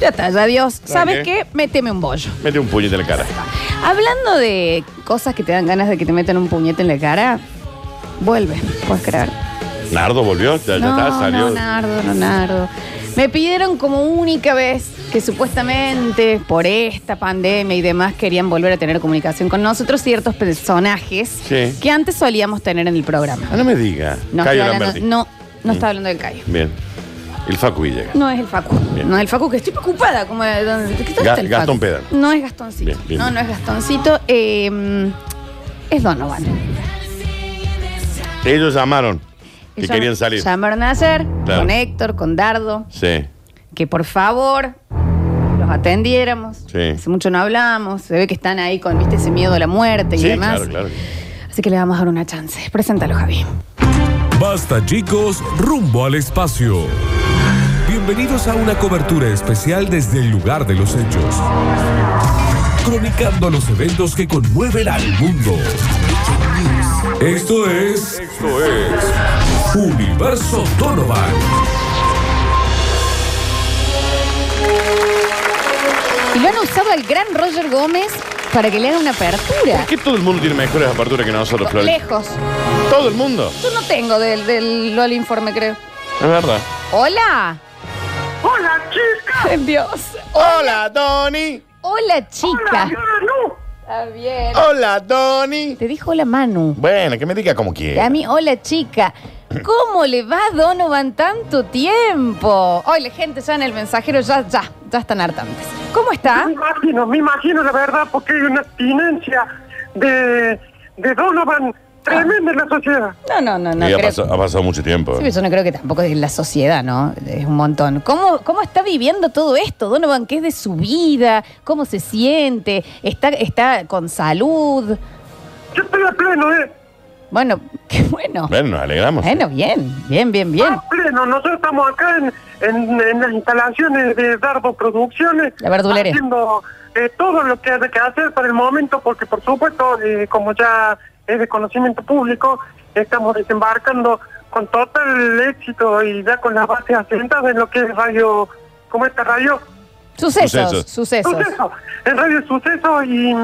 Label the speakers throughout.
Speaker 1: Ya está, ya Dios. ¿Sabes
Speaker 2: Ok.
Speaker 1: qué? Méteme un bollo.
Speaker 2: Mete un puñete en la cara.
Speaker 1: Hablando de cosas que te dan ganas de que te metan un puñete en la cara, vuelve, puedes creer.
Speaker 2: Nardo volvió, ya, ya está,
Speaker 1: No,
Speaker 2: salió.
Speaker 1: no, Nardo, no, Nardo. Me pidieron como única vez que supuestamente por esta pandemia y demás querían volver a tener comunicación con nosotros ciertos personajes
Speaker 2: Sí.
Speaker 1: que antes solíamos tener en el programa.
Speaker 2: Ah, no me diga.
Speaker 1: No,
Speaker 2: Cayo
Speaker 1: estoy hablando-
Speaker 2: Lamberti. Mm.
Speaker 1: no, no está hablando del Cayo.
Speaker 2: Bien. El Facu Villegas.
Speaker 1: No es el Facu.
Speaker 2: Bien.
Speaker 1: No es el Facu, que estoy preocupada. Como de dónde- ¿de qué tal
Speaker 2: Ga-
Speaker 1: está el
Speaker 2: Gastón
Speaker 1: Facu?
Speaker 2: Pedal.
Speaker 1: No es Gastoncito.
Speaker 2: Bien, bien,
Speaker 1: no,
Speaker 2: bien.
Speaker 1: no es Gastoncito. eh, es Donovan.
Speaker 2: Ellos llamaron que
Speaker 1: Ellos
Speaker 2: querían salir.
Speaker 1: Llamaron ayer
Speaker 2: Claro.
Speaker 1: con Héctor, con Dardo,
Speaker 2: Sí.
Speaker 1: que por favor los atendiéramos.
Speaker 2: Sí.
Speaker 1: Hace mucho no hablamos. Se ve que están ahí con ¿viste, ese miedo a la muerte y
Speaker 2: Sí,
Speaker 1: demás.
Speaker 2: claro, claro.
Speaker 1: Así que le vamos a dar una chance. Preséntalo, Javi.
Speaker 3: Basta chicos, rumbo al espacio. Bienvenidos a una cobertura especial desde el lugar de los hechos. Cronicando los eventos que conmueven al mundo. Esto es... Esto es... Universo Donovan.
Speaker 1: Y lo han usado al gran Roger Gómez para que le haga una apertura.
Speaker 2: ¿Por qué todo el mundo tiene mejores aperturas que nosotros, Flor?
Speaker 1: Lejos.
Speaker 2: Todo el mundo.
Speaker 1: Yo no tengo del, del LOL informe, creo.
Speaker 2: Es verdad.
Speaker 1: Hola.
Speaker 4: ¡Hola, chica!
Speaker 1: Dios.
Speaker 2: Hola, Donny.
Speaker 1: Hola, chica.
Speaker 4: Manu!
Speaker 1: Está bien.
Speaker 2: Hola, Donny.
Speaker 1: Te dijo hola, Manu.
Speaker 2: Bueno, que me diga como
Speaker 1: Y a
Speaker 2: quiera.
Speaker 1: mí, hola, chica. ¿Cómo le va Donovan tanto tiempo? Hoy la gente ya en el mensajero ya, ya, ya están hartantes. ¿Cómo está?
Speaker 4: Me imagino, me imagino la verdad, porque hay una abstinencia de, de Donovan tremenda en la sociedad.
Speaker 1: No, no, no, no.
Speaker 2: Y ha,
Speaker 1: creo-
Speaker 2: pasado, ha pasado mucho tiempo.
Speaker 1: Sí, pero yo no creo que tampoco es la sociedad, ¿no? Es un montón. ¿Cómo, ¿Cómo está viviendo todo esto? Donovan, ¿qué es de su vida? ¿Cómo se siente? ¿Está, está con salud?
Speaker 4: Yo estoy a pleno, ¿eh?
Speaker 1: Bueno, qué bueno. Ah.
Speaker 2: Bueno, nos alegramos.
Speaker 1: Bueno, bien, bien, bien, bien.
Speaker 4: A pleno. Nosotros estamos acá en, en- en las instalaciones de Dardo Producciones.
Speaker 1: La verdulería.
Speaker 4: Haciendo eh, todo lo que hay que hacer para el momento, porque por supuesto, eh, como ya es de conocimiento público, estamos desembarcando con total éxito y ya con las bases asentadas en lo que es radio, como esta radio
Speaker 1: Sucesos,
Speaker 2: Sucesos.
Speaker 1: sucesos.
Speaker 4: Suceso, en Radio Suceso y,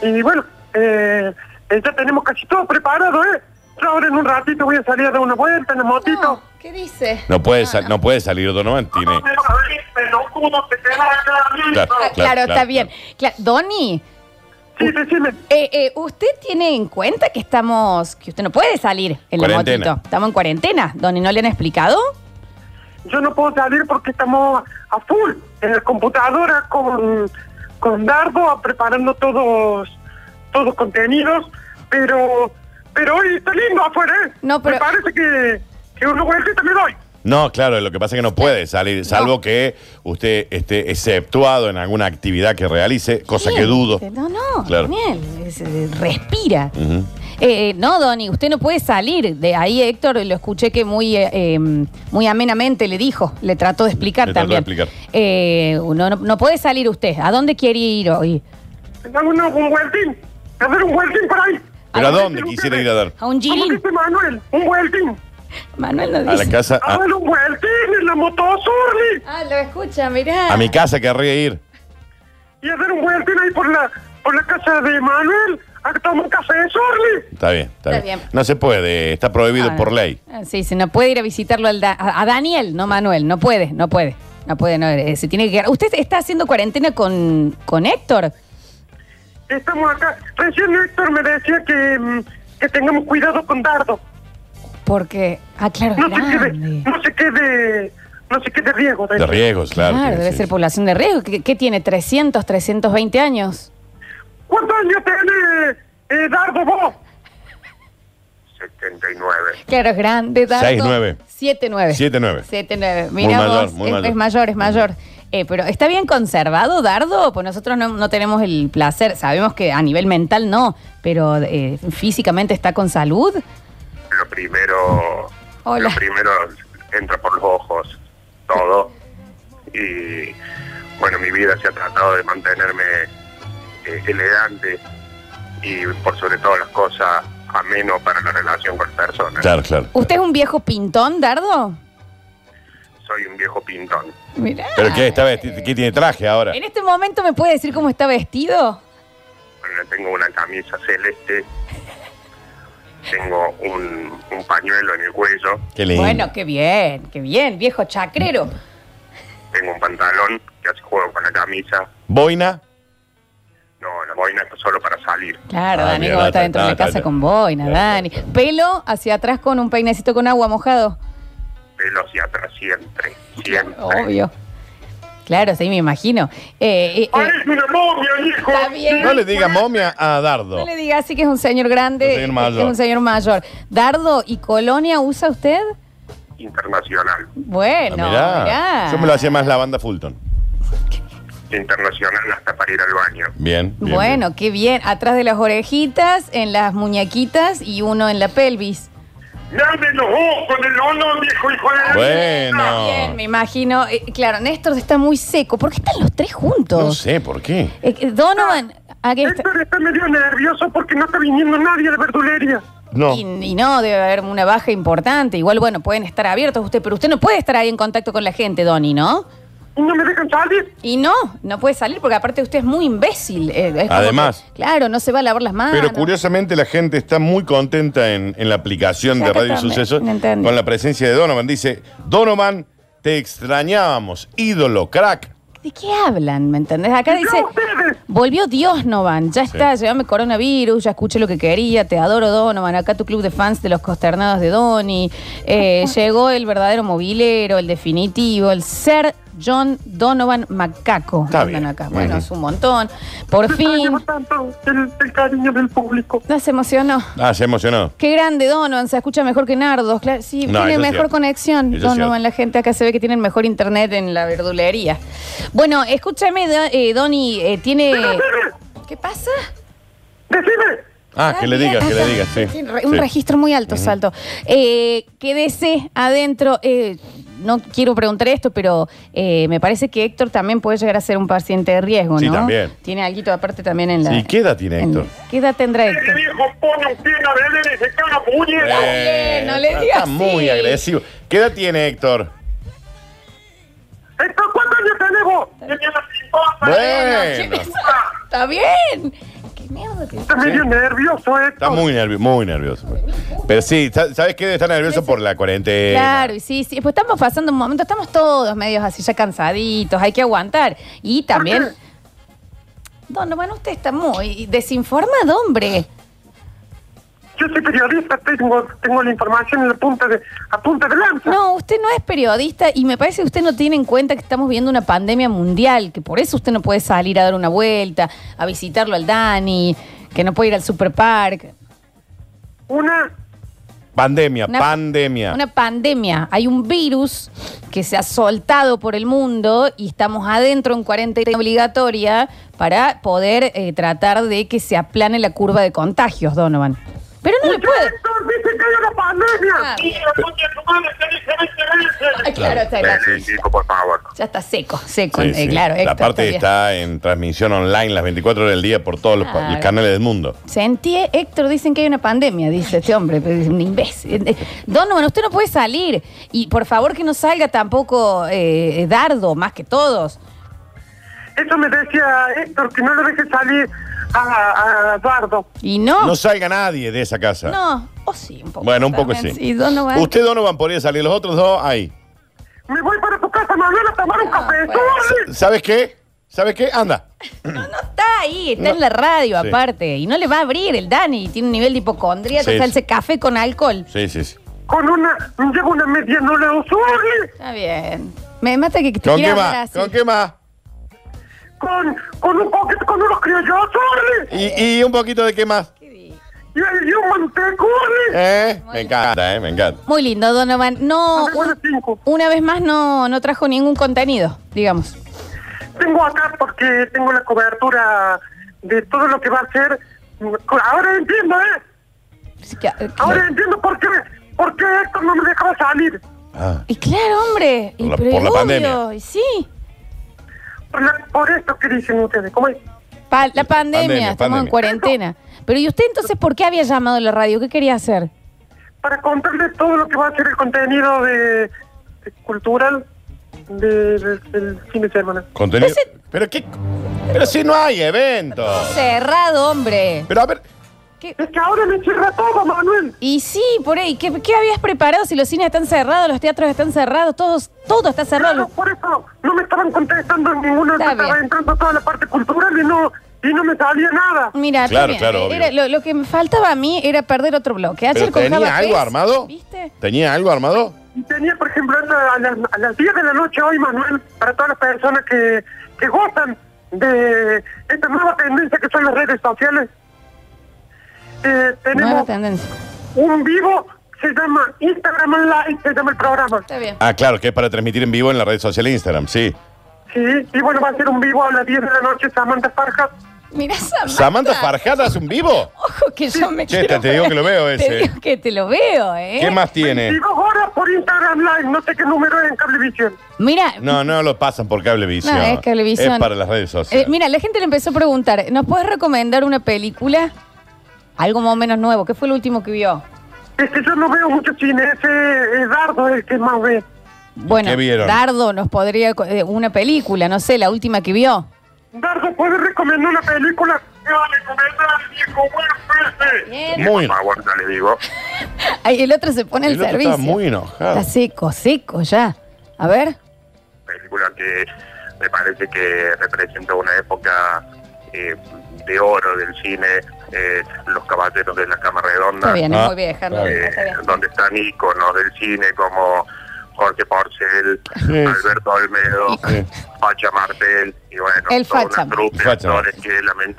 Speaker 4: y bueno, eh, eh, ya tenemos casi todo preparado, ¿eh? Yo ahora en un ratito voy a salir a dar una vuelta en la motito.
Speaker 1: No, ¿Qué dice?
Speaker 2: No puede, sal- no puede salir Donovan. Tiene. Claro,
Speaker 1: Ah, claro,
Speaker 2: claro,
Speaker 1: está
Speaker 2: claro.
Speaker 1: bien. Claro, Donny,
Speaker 4: Sí, decime.
Speaker 1: eh, eh, ¿usted tiene en cuenta que estamos, que usted no puede salir en
Speaker 2: Cuarentena.
Speaker 1: la motito? Estamos en cuarentena. Donny, ¿no le han explicado?
Speaker 4: Yo no puedo salir porque estamos a full en la computadora con, con Dardo preparando todos todos contenidos, pero pero hoy está lindo afuera, ¿eh?
Speaker 1: No, pero-
Speaker 4: Me parece que, que una vueltita me doy.
Speaker 2: No, claro, lo que pasa es que no puede salir, salvo que usted esté exceptuado en alguna actividad que realice, cosa que
Speaker 1: Bien. Eh,
Speaker 2: dudo.
Speaker 1: No, no,
Speaker 2: Claro. Mm.
Speaker 1: Daniel, es, eh, respira.
Speaker 2: Ujú.
Speaker 1: Eh, eh, no, Donny, usted no puede salir. De ahí Héctor lo escuché que muy, eh, eh, muy amenamente le dijo, le trató de explicar
Speaker 2: Le trató de
Speaker 1: también.
Speaker 2: explicar.
Speaker 1: Eh, no, no- no puede salir usted. ¿A dónde quiere ir hoy?
Speaker 4: Dame un, un vueltín, hacer un vueltín por ahí.
Speaker 2: ¿Pero a
Speaker 4: Ahí
Speaker 2: dónde
Speaker 4: te lo
Speaker 2: quisiera
Speaker 4: querés.
Speaker 2: ir a dar?
Speaker 1: A un
Speaker 4: ¿Cómo
Speaker 1: girín.
Speaker 4: dice Manuel? Un vueltín.
Speaker 1: Manuel no
Speaker 2: A la
Speaker 1: dice.
Speaker 2: casa, a,
Speaker 4: Manuel, un vueltín en la motosurli.
Speaker 1: Ah, lo escucha, mirá.
Speaker 2: a mi casa querría ir.
Speaker 4: Y hacer un vueltín ahí por la, por la casa de Manuel. A que toma un café de surli.
Speaker 2: Está bien, está,
Speaker 1: Está
Speaker 2: bien.
Speaker 1: bien.
Speaker 2: No se puede, está prohibido
Speaker 1: Ah,
Speaker 2: por ley.
Speaker 1: ah, Sí, sí, no puede ir a visitarlo al Da- a, a Daniel, no Manuel, no puede, no puede. No puede, no, eh, se tiene que quedar. ¿Usted está haciendo cuarentena con, con Héctor?
Speaker 4: Estamos acá. Recién Héctor me decía que, mm, que tengamos cuidado con Dardo.
Speaker 1: Porque, ah, claro, es
Speaker 4: No se quede,
Speaker 1: grande.
Speaker 4: no se quede, no se quede riesgo.
Speaker 2: De riesgos, claro.
Speaker 1: Claro,
Speaker 2: que
Speaker 1: debe
Speaker 2: sí.
Speaker 1: ser población de riesgo. ¿Qué, qué tiene? ¿300, 320 años?
Speaker 4: ¿Cuántos años tiene eh, Dardo vos? 79.
Speaker 1: Claro, es grande. Dardo.
Speaker 2: 6'9".
Speaker 1: 7'9".
Speaker 2: 7'9".
Speaker 1: 7'9". Mirá
Speaker 2: Muy mayor,
Speaker 1: vos,
Speaker 2: muy
Speaker 1: es,
Speaker 2: mayor.
Speaker 1: es mayor, es mayor. Eh, pero ¿está bien conservado, Dardo? Pues nosotros no, no tenemos el placer. Sabemos que a nivel mental no, pero eh, físicamente está con salud.
Speaker 5: lo primero
Speaker 1: Hola.
Speaker 5: lo primero entra por los ojos todo y bueno mi vida se ha tratado de mantenerme eh, elegante y por sobre todas las cosas ameno para la relación con las personas
Speaker 2: Claro, claro.
Speaker 1: ¿Usted es un viejo pintón, Dardo?
Speaker 5: soy un viejo pintón.
Speaker 1: Mirá.
Speaker 2: ¿Pero qué, está vestido? ¿Qué tiene traje ahora?
Speaker 1: ¿En este momento me puede decir cómo está vestido?
Speaker 5: Bueno, tengo una camisa celeste, tengo un, un pañuelo en el cuello,
Speaker 2: Qué lindo.
Speaker 1: Bueno, qué bien, qué bien, viejo chacrero.
Speaker 5: tengo un pantalón que hace juego con la camisa.
Speaker 2: Boina.
Speaker 5: No, la boina es solo para salir.
Speaker 1: Claro,
Speaker 2: Ah,
Speaker 1: Dani,
Speaker 2: mira,
Speaker 1: como
Speaker 2: no,
Speaker 1: está
Speaker 2: está-
Speaker 1: dentro de
Speaker 2: no,
Speaker 1: la casa
Speaker 2: está-
Speaker 1: con boina,
Speaker 2: Claro,
Speaker 1: Dani.
Speaker 2: claro.
Speaker 1: Pelo hacia atrás con un peinecito con agua mojado.
Speaker 5: Pelo hacia atrás siempre, siempre.
Speaker 1: Obvio. Claro, sí, me imagino. Eh, eh, eh,
Speaker 5: ¡Parece una momia, viejo!
Speaker 1: Está bien.
Speaker 2: No le diga momia a Dardo.
Speaker 1: no le diga así que es un señor grande.
Speaker 2: Un señor
Speaker 1: eh,
Speaker 2: mayor.
Speaker 1: Es un señor mayor. Dardo y Colonia usa usted?
Speaker 5: Internacional.
Speaker 2: Ah,
Speaker 1: Bueno,
Speaker 2: mirá.
Speaker 1: mirá.
Speaker 2: Yo me lo hacía más la banda Fulton.
Speaker 5: Internacional hasta para ir al baño.
Speaker 2: Bien. bien,
Speaker 1: Bueno, qué bien. Atrás de las orejitas, en las muñequitas y uno en la pelvis.
Speaker 5: ¡Me abren los ojos del honor, viejo hijo de la
Speaker 2: Bueno.
Speaker 1: Está Ah, bien, me imagino. Eh, claro, Néstor está muy seco. ¿Por qué están los tres juntos?
Speaker 2: bien. No sé por qué.
Speaker 1: Eh, eh, Donovan, ¿a qué está?
Speaker 4: Héctor está Este medio nervioso porque no está viniendo nadie de verdulería.
Speaker 2: No.
Speaker 1: Y, y no, debe haber una baja importante. Igual, bueno, pueden estar abiertos usted, pero usted no puede estar ahí en contacto con la gente, Donny, ¿no?
Speaker 4: Y no me dejan salir.
Speaker 1: Y no, no puede salir porque aparte usted es muy imbécil. eh, es como
Speaker 2: Además.
Speaker 1: que, claro, Ah, no se va a lavar las manos.
Speaker 2: Pero curiosamente la gente está muy contenta en, en la aplicación
Speaker 1: Ya
Speaker 2: de
Speaker 1: que
Speaker 2: Radio
Speaker 1: también,
Speaker 2: Sucesos
Speaker 1: me entiendo.
Speaker 2: con la presencia de Donovan. Dice, Donovan, te extrañábamos, ídolo, crack.
Speaker 1: ¿De qué hablan? ¿Me entendés? Acá
Speaker 4: ¿Y
Speaker 1: dice,
Speaker 4: no ustedes?
Speaker 1: volvió Dios, Novan. Ya está, llévame coronavirus, ya escuché lo que quería, te adoro, Donovan. Acá tu club de fans de los consternados de Donny. Eh, llegó el verdadero movilero, el definitivo, el ser John Donovan Macaco.
Speaker 2: Está
Speaker 1: Andan
Speaker 2: bien.
Speaker 1: acá. Bueno,
Speaker 2: Ujú.
Speaker 1: es un montón. Por fin.
Speaker 4: Extraño tanto el, el cariño del público.
Speaker 1: No se emocionó.
Speaker 2: Ah, se emocionó.
Speaker 1: Qué grande Donovan, se escucha mejor que Nardos. Claro, sí,
Speaker 2: No,
Speaker 1: tiene
Speaker 2: eso es
Speaker 1: mejor
Speaker 2: cierto.
Speaker 1: conexión.
Speaker 2: Eso es
Speaker 1: Donovan, la
Speaker 2: cierto.
Speaker 1: gente acá se ve que tienen mejor internet en la verdulería. Bueno, escúchame, Do- eh, Donny, eh, tiene.
Speaker 4: ¡Decime!
Speaker 1: ¿Qué pasa?
Speaker 4: ¡Decime!
Speaker 2: Ah, que le digas, que le digas, sí.
Speaker 1: Sí, re- Un
Speaker 2: Sí.
Speaker 1: registro muy alto, salto. Eh, quédese adentro. eh, no quiero preguntar esto, pero eh, me parece que Héctor también puede llegar a ser un paciente de riesgo,
Speaker 2: Sí,
Speaker 1: ¿no?
Speaker 2: también.
Speaker 1: Tiene algo aparte también en la.
Speaker 2: Sí, ¿qué edad tiene
Speaker 1: en-
Speaker 2: Héctor?
Speaker 1: ¿Qué edad tendrá
Speaker 5: ¡Ese
Speaker 4: Este
Speaker 1: Héctor?
Speaker 5: viejo pone un pie en la vereda y se caga muñeca!
Speaker 1: Dale, no le
Speaker 2: está-
Speaker 1: digas
Speaker 2: Está
Speaker 1: así.
Speaker 2: muy agresivo. ¿Qué edad tiene Héctor?
Speaker 4: ¿Héctor, cuántos años tenés vos?
Speaker 5: ¡Tenía la piposa!
Speaker 2: Bueno.
Speaker 1: Está bien. Qué miedo que-
Speaker 4: Está medio nervioso, Héctor.
Speaker 2: Está muy nervioso, muy nervioso. Pero sí, sa- ¿sabes qué? Está nervioso por la cuarentena.
Speaker 1: Claro, y sí, sí. Pues estamos pasando un momento, estamos todos medios así ya cansaditos, hay que aguantar. Y también. Donovan, usted está muy desinformado, hombre.
Speaker 4: Yo soy periodista, tengo, tengo la información en la punta de, a punta de
Speaker 2: Ah.
Speaker 4: lanza.
Speaker 1: No, usted no es periodista y me parece que usted no tiene en cuenta que estamos viviendo una pandemia mundial, que por eso usted no puede salir a dar una vuelta, a visitarlo al Dani, que no puede ir al Superpark.
Speaker 4: Una,
Speaker 2: Pandemia,
Speaker 1: Una-
Speaker 2: pandemia.
Speaker 1: Una pandemia. Hay un virus que se ha soltado por el mundo y estamos adentro en cuarentena obligatoria para poder eh, tratar de que se aplane la curva de contagios, Donovan. Pero no le puede.
Speaker 4: Héctor, dice que hay una pandemia.
Speaker 1: Ah,
Speaker 5: ¡Y la coña de tu madre se deja
Speaker 1: Ay, claro, está,
Speaker 5: veinte
Speaker 1: está-
Speaker 5: veces! Sí, chico, por favor.
Speaker 1: ya está seco, seco.
Speaker 2: Sí,
Speaker 1: eh,
Speaker 2: sí.
Speaker 1: Claro,
Speaker 2: la
Speaker 1: Héctor,
Speaker 2: parte
Speaker 1: está bien.
Speaker 2: está en transmisión online las 24 horas del día por todos los, pa-
Speaker 1: Claro.
Speaker 2: los canales del mundo.
Speaker 1: Sentí, Héctor, dicen que hay una pandemia, dice este hombre, pero es un imbécil. Eh, Donovan, usted no puede salir. Y por favor que no salga tampoco eh, Dardo, más que todos.
Speaker 4: Eso me decía Héctor, que no le deje salir a, a Eduardo.
Speaker 1: Y no.
Speaker 2: No salga nadie de esa casa.
Speaker 1: No, o sí, un poco.
Speaker 2: Bueno, un poco
Speaker 1: también.
Speaker 2: sí.
Speaker 1: Y Donovan.
Speaker 2: Usted, Donovan, podría salir. Los otros dos, ahí.
Speaker 4: Me voy para tu casa, Manuel, a tomar un café.
Speaker 1: Ah, bueno.
Speaker 4: ¡Dale!
Speaker 2: ¿Sabes qué? ¿Sabes qué? Anda.
Speaker 1: No, no está ahí, está
Speaker 2: No.
Speaker 1: en la radio
Speaker 2: Sí.
Speaker 1: aparte. Y no le va a abrir el Dani. Tiene un nivel de hipocondría,
Speaker 2: Sí,
Speaker 1: te
Speaker 2: sí.
Speaker 1: sale café con alcohol.
Speaker 2: Sí, sí, sí.
Speaker 4: Con una, llevo una media, no le usurle.
Speaker 1: Está bien. Me mata que te
Speaker 2: ¿Con
Speaker 1: quiera
Speaker 2: qué
Speaker 1: hablar
Speaker 2: más?
Speaker 1: así.
Speaker 2: ¿Con qué más?
Speaker 4: Con, con un poquito, con unos criollos, ¡urle!
Speaker 2: ¿Y, y un poquito de qué más?
Speaker 4: Y, y un manteco, ¡urle!
Speaker 2: ¿Eh? Me encanta, ¿eh? Me encanta.
Speaker 1: Muy lindo, Donovan. No,
Speaker 4: Dame buenas cinco.
Speaker 1: una vez más no, no trajo ningún contenido, digamos.
Speaker 4: Tengo acá porque tengo la cobertura de todo lo que va a ser. Ahora entiendo, ¿eh?
Speaker 1: Así que-
Speaker 4: Ahora entiendo por qué, por qué Héctor no me dejaba salir.
Speaker 2: Ah,
Speaker 1: Y claro, hombre.
Speaker 2: Por
Speaker 1: y
Speaker 2: la-
Speaker 1: pero
Speaker 2: por la
Speaker 1: obvio,
Speaker 2: pandemia.
Speaker 1: y sí.
Speaker 4: Por, la- por esto que dicen ustedes. ¿Cómo es?
Speaker 1: Pa- la pandemia, estamos
Speaker 2: Pandemia,
Speaker 1: en
Speaker 2: pandemia.
Speaker 1: cuarentena. Pero ¿y usted entonces por qué había llamado a la radio? ¿Qué quería hacer?
Speaker 4: Para contarles todo lo que va a ser el contenido de, de cultural del, del fin de semana.
Speaker 2: Contenido.
Speaker 1: Pero
Speaker 2: Pero qué. Pero si no hay evento.
Speaker 1: Cerrado, hombre.
Speaker 2: Pero a ver,
Speaker 1: ¿Qué-
Speaker 4: Es que ahora me cierra todo, Manuel.
Speaker 1: Y sí, por ahí. ¿Qué, qué habías preparado si los cines están cerrados, los teatros están cerrados, todos, todo está
Speaker 4: Claro,
Speaker 1: cerrado?
Speaker 4: por eso no me estaban contestando en ninguno.
Speaker 1: Está
Speaker 4: Yo estaba
Speaker 1: bien.
Speaker 4: entrando a toda la parte cultural y no, y no me salía nada.
Speaker 1: Mira,
Speaker 2: Claro,
Speaker 1: también,
Speaker 2: claro, obvio.
Speaker 1: era- lo, lo que me faltaba a mí era perder otro bloque.
Speaker 2: ¿pero
Speaker 1: Ayer con
Speaker 2: ¿tenía
Speaker 1: Java
Speaker 2: algo
Speaker 1: Fest,
Speaker 2: armado?
Speaker 1: ¿Viste?
Speaker 2: ¿Tenía algo armado?
Speaker 4: Y tenía, por ejemplo, a las, a las 10 de la noche hoy, Manuel, para todas las personas que, que gozan de esta nueva tendencia que son las redes sociales. Eh,
Speaker 1: Nueva
Speaker 4: tenemos
Speaker 1: tendencia.
Speaker 4: un vivo, se llama Instagram Live, se llama el programa.
Speaker 1: Está bien.
Speaker 2: Ah, claro, que es para transmitir en vivo en la red social Instagram, sí.
Speaker 1: Ah,
Speaker 4: Sí, y bueno, va a ser un vivo a las 10 de la noche, Samantha Farja.
Speaker 1: Mira, Samantha.
Speaker 2: ¿Samantha Farjada hace un vivo?
Speaker 1: Ojo que yo me
Speaker 2: Che,
Speaker 1: quiero
Speaker 2: te- te digo
Speaker 1: ver.
Speaker 2: que lo veo ese.
Speaker 1: Te digo que te lo veo, ¿eh?
Speaker 2: ¿Qué más tiene?
Speaker 4: 22 horas por Instagram Live, no sé qué número es en Cablevisión.
Speaker 1: Mira,
Speaker 2: No, no lo pasan por cablevisión.
Speaker 1: No, es Cablevisión.
Speaker 2: Es para las redes
Speaker 1: eh,
Speaker 2: sociales.
Speaker 1: mira, la gente le empezó a preguntar, ¿nos puedes recomendar una película? Algo más o menos nuevo. ¿Qué fue lo último que vio?
Speaker 4: Es que yo no veo mucho cine, ese eh, dardo es el que más ve.
Speaker 1: Bueno,
Speaker 2: ¿Qué vieron?
Speaker 1: Dardo nos podría... co- eh, una película, no sé, la última que vio.
Speaker 4: Dardo, ¿puedes recomendar una película? Te va a recomendar el viejo muerto ese.
Speaker 2: Muy.
Speaker 5: Por favor, ya le digo.
Speaker 1: Ahí el otro se pone el,
Speaker 2: El otro
Speaker 1: servicio.
Speaker 2: estaba muy enojado.
Speaker 1: Está seco, seco ya. A ver.
Speaker 5: Película que me parece que representa una época eh, de oro del cine, eh, Los Caballeros de la Cama Redonda.
Speaker 1: Está bien,
Speaker 2: Ah,
Speaker 1: es muy vieja. no,
Speaker 2: está bien.
Speaker 5: eh,
Speaker 1: está bien.
Speaker 5: donde están íconos del cine como Jorge Porcel,
Speaker 2: sí.
Speaker 5: Alberto Olmedo,
Speaker 2: Sí.
Speaker 5: Facha Martel y bueno,
Speaker 1: El
Speaker 5: toda
Speaker 1: Facha.
Speaker 5: una trupe de
Speaker 2: Facha
Speaker 5: actores que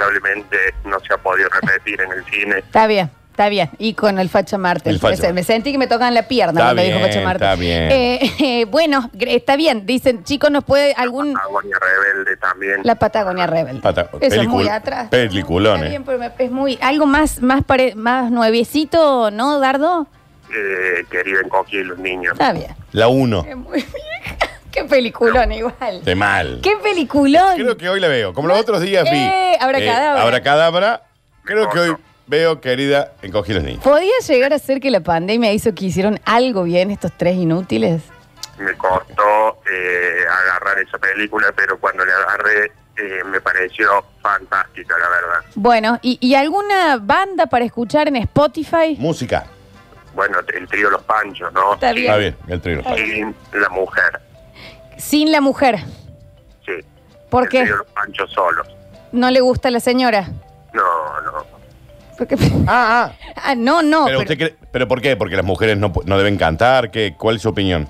Speaker 5: lamentablemente no se ha podido repetir en el cine.
Speaker 1: Está bien, está bien. Y con el Facha Martel.
Speaker 2: El Facha
Speaker 1: Me se-
Speaker 2: Martel.
Speaker 1: Me sentí que me tocan la pierna
Speaker 2: Está
Speaker 1: cuando dijo
Speaker 2: bien,
Speaker 1: Facha Martel.
Speaker 2: está bien.
Speaker 1: Eh, eh, bueno, gre- está bien. Dicen, chicos, ¿nos puede algún...?
Speaker 5: Agonia Rebelde también.
Speaker 1: La Patagonia Rebel.
Speaker 2: Pata-
Speaker 1: Eso es
Speaker 2: pelicul-
Speaker 1: muy atrás.
Speaker 2: peliculones.
Speaker 1: Está bien, pero me- es muy... Algo más más, pare- más nuevecito, ¿no, Dardo?
Speaker 5: eh, que viven coquí los niños.
Speaker 1: Está bien.
Speaker 2: La 1.
Speaker 1: Es muy vieja. Qué peliculón igual.
Speaker 2: De mal.
Speaker 1: Qué peliculón.
Speaker 2: Creo que hoy la veo. Como los otros días vi.
Speaker 1: Eh, Abracadabra.
Speaker 2: Abracadabra. Creo que hoy veo, querida, encogí los niños.
Speaker 1: ¿Podía llegar a ser que la pandemia hizo que hicieron algo bien estos tres inútiles?
Speaker 5: Me costó eh, agarrar esa película, pero cuando la agarré eh, me pareció fantástica, la verdad.
Speaker 1: Bueno, ¿y, y alguna banda para escuchar en Spotify?
Speaker 2: Música.
Speaker 5: Bueno, el trío Los Panchos, ¿no?
Speaker 1: Está bien.
Speaker 2: Está bien, el trío.
Speaker 5: Y la mujer,
Speaker 1: Sin la mujer,
Speaker 5: sí.
Speaker 1: ¿Por
Speaker 5: El
Speaker 1: qué?
Speaker 5: trío Los Panchos solos.
Speaker 1: no le gusta a la señora.
Speaker 5: No, no.
Speaker 1: Porque-
Speaker 2: Ah, ah.
Speaker 1: ah, no, no. pero-
Speaker 2: Pero, usted cree- ¿pero por qué? Porque las mujeres no, pu- no deben cantar. ¿Qué? ¿Cuál es su opinión?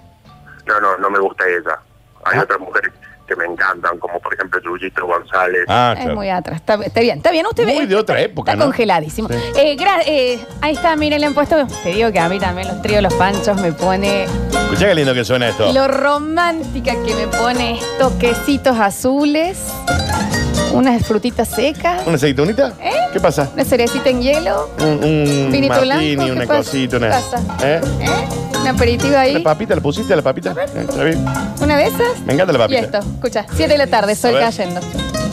Speaker 5: No, no, no me gusta ella. Hay
Speaker 2: Ah.
Speaker 5: otras mujeres que me encantan, como por ejemplo Yuyito González.
Speaker 2: Ah,
Speaker 1: Es
Speaker 2: claro.
Speaker 1: muy atrás. Está, está bien, está bien. Usted ve-
Speaker 2: Muy de otra época,
Speaker 1: Está
Speaker 2: ¿no?
Speaker 1: congeladísimo.
Speaker 2: Sí.
Speaker 1: Eh, gra- eh, ahí está, miren, le han puesto. Te digo que a mí también los tríos, los panchos me pone.
Speaker 2: Escuchá qué lindo que suena esto.
Speaker 1: Lo romántica que me pone estos quesitos azules, unas frutitas secas,
Speaker 2: ¿Una aceitunita?
Speaker 1: ¿Eh?
Speaker 2: ¿Qué pasa?
Speaker 1: una cerecita en hielo.
Speaker 2: Un, un
Speaker 1: Vinito
Speaker 2: martini,
Speaker 1: blanco, ¿qué
Speaker 2: una
Speaker 1: pasa?
Speaker 2: cosita,
Speaker 1: ¿Qué
Speaker 2: una...
Speaker 1: pasa?
Speaker 2: ¿Eh?
Speaker 1: ¿Eh? Un aperitivo
Speaker 2: ¿La
Speaker 1: ahí.
Speaker 2: papita? ¿La pusiste la papita? Eh, está bien.
Speaker 1: Una de esas.
Speaker 2: Me encanta la
Speaker 1: Y
Speaker 2: papita.
Speaker 1: esto, escucha, 7 de la tarde, sol
Speaker 2: A ver.
Speaker 1: cayendo. Bésame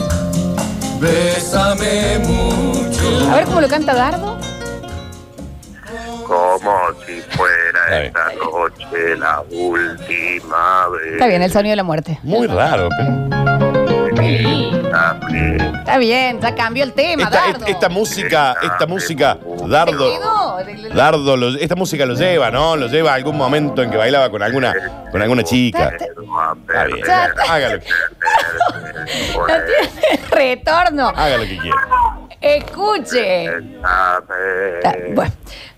Speaker 1: mucho. A ver cómo lo canta Dardo.
Speaker 5: Como si
Speaker 2: Está
Speaker 5: fuera
Speaker 2: bien.
Speaker 5: esta noche la última vez.
Speaker 1: Está bien, el sonido de la muerte.
Speaker 2: Muy raro, pero...
Speaker 5: También.
Speaker 1: Está bien, ya cambió el tema,
Speaker 2: Esta,
Speaker 1: Dardo.
Speaker 2: esta- esta música, esta música, Dardo...
Speaker 1: Te quedó.
Speaker 2: Dardo, lo- esta música lo lleva, ¿no? Lo lleva a algún momento en que bailaba con alguna, con alguna chica. Está bien. Haga lo que,
Speaker 1: No tiene retorno.
Speaker 2: haga lo que quiera.
Speaker 1: Escuche. Ah,
Speaker 2: Eh,
Speaker 1: Bueno,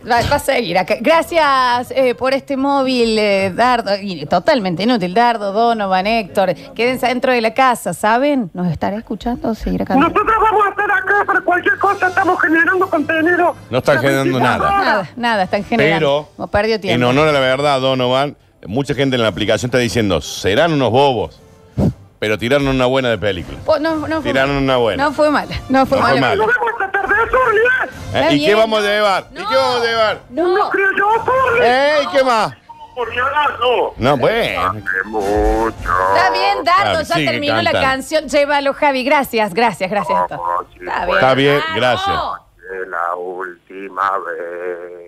Speaker 1: va, va a seguir acá. Gracias eh, por este móvil, eh, Dardo. Y totalmente inútil, Dardo, Donovan, Héctor. Quédense dentro de la casa, ¿saben? ¿Nos estará escuchando? Seguir acá.
Speaker 4: Nosotros vamos a estar acá para cualquier cosa, estamos generando contenido.
Speaker 2: No están generando nada.
Speaker 1: Nada, nada, están generando.
Speaker 2: Pero,
Speaker 1: Como perdió tiempo.
Speaker 2: en honor a la verdad, Donovan, mucha gente en la aplicación está diciendo, serán unos bobos, pero tiraron una buena de película. ¿eh?
Speaker 1: Po- Oh, no, no fue
Speaker 2: Tiraron
Speaker 1: mal.
Speaker 2: una buena.
Speaker 1: No fue mala. No fue
Speaker 2: No fue
Speaker 1: mala.
Speaker 2: mala.
Speaker 4: Nos vemos esta tarde, Zurli, ¿eh?
Speaker 2: ¿Eh?
Speaker 1: Está
Speaker 2: ¿Y
Speaker 1: bien,
Speaker 2: qué vamos
Speaker 1: no.
Speaker 2: a llevar? ¿Y
Speaker 1: No.
Speaker 2: qué vamos a llevar?
Speaker 1: No.
Speaker 4: Creo yo, Zurli.
Speaker 2: ¿Eh? ¿Y qué más?
Speaker 5: Por Leonardo.
Speaker 2: No, bueno.
Speaker 5: mucho.
Speaker 1: Está bien, Dardo,
Speaker 2: Claro,
Speaker 1: ya
Speaker 2: sigue
Speaker 1: terminó la
Speaker 2: cantando.
Speaker 1: canción. Llévalo, Javi. Gracias, gracias, gracias. a todos.
Speaker 5: Como si
Speaker 1: Está bien.
Speaker 5: fuera
Speaker 2: Está bien,
Speaker 1: Vamos.
Speaker 2: gracias.
Speaker 5: la última vez.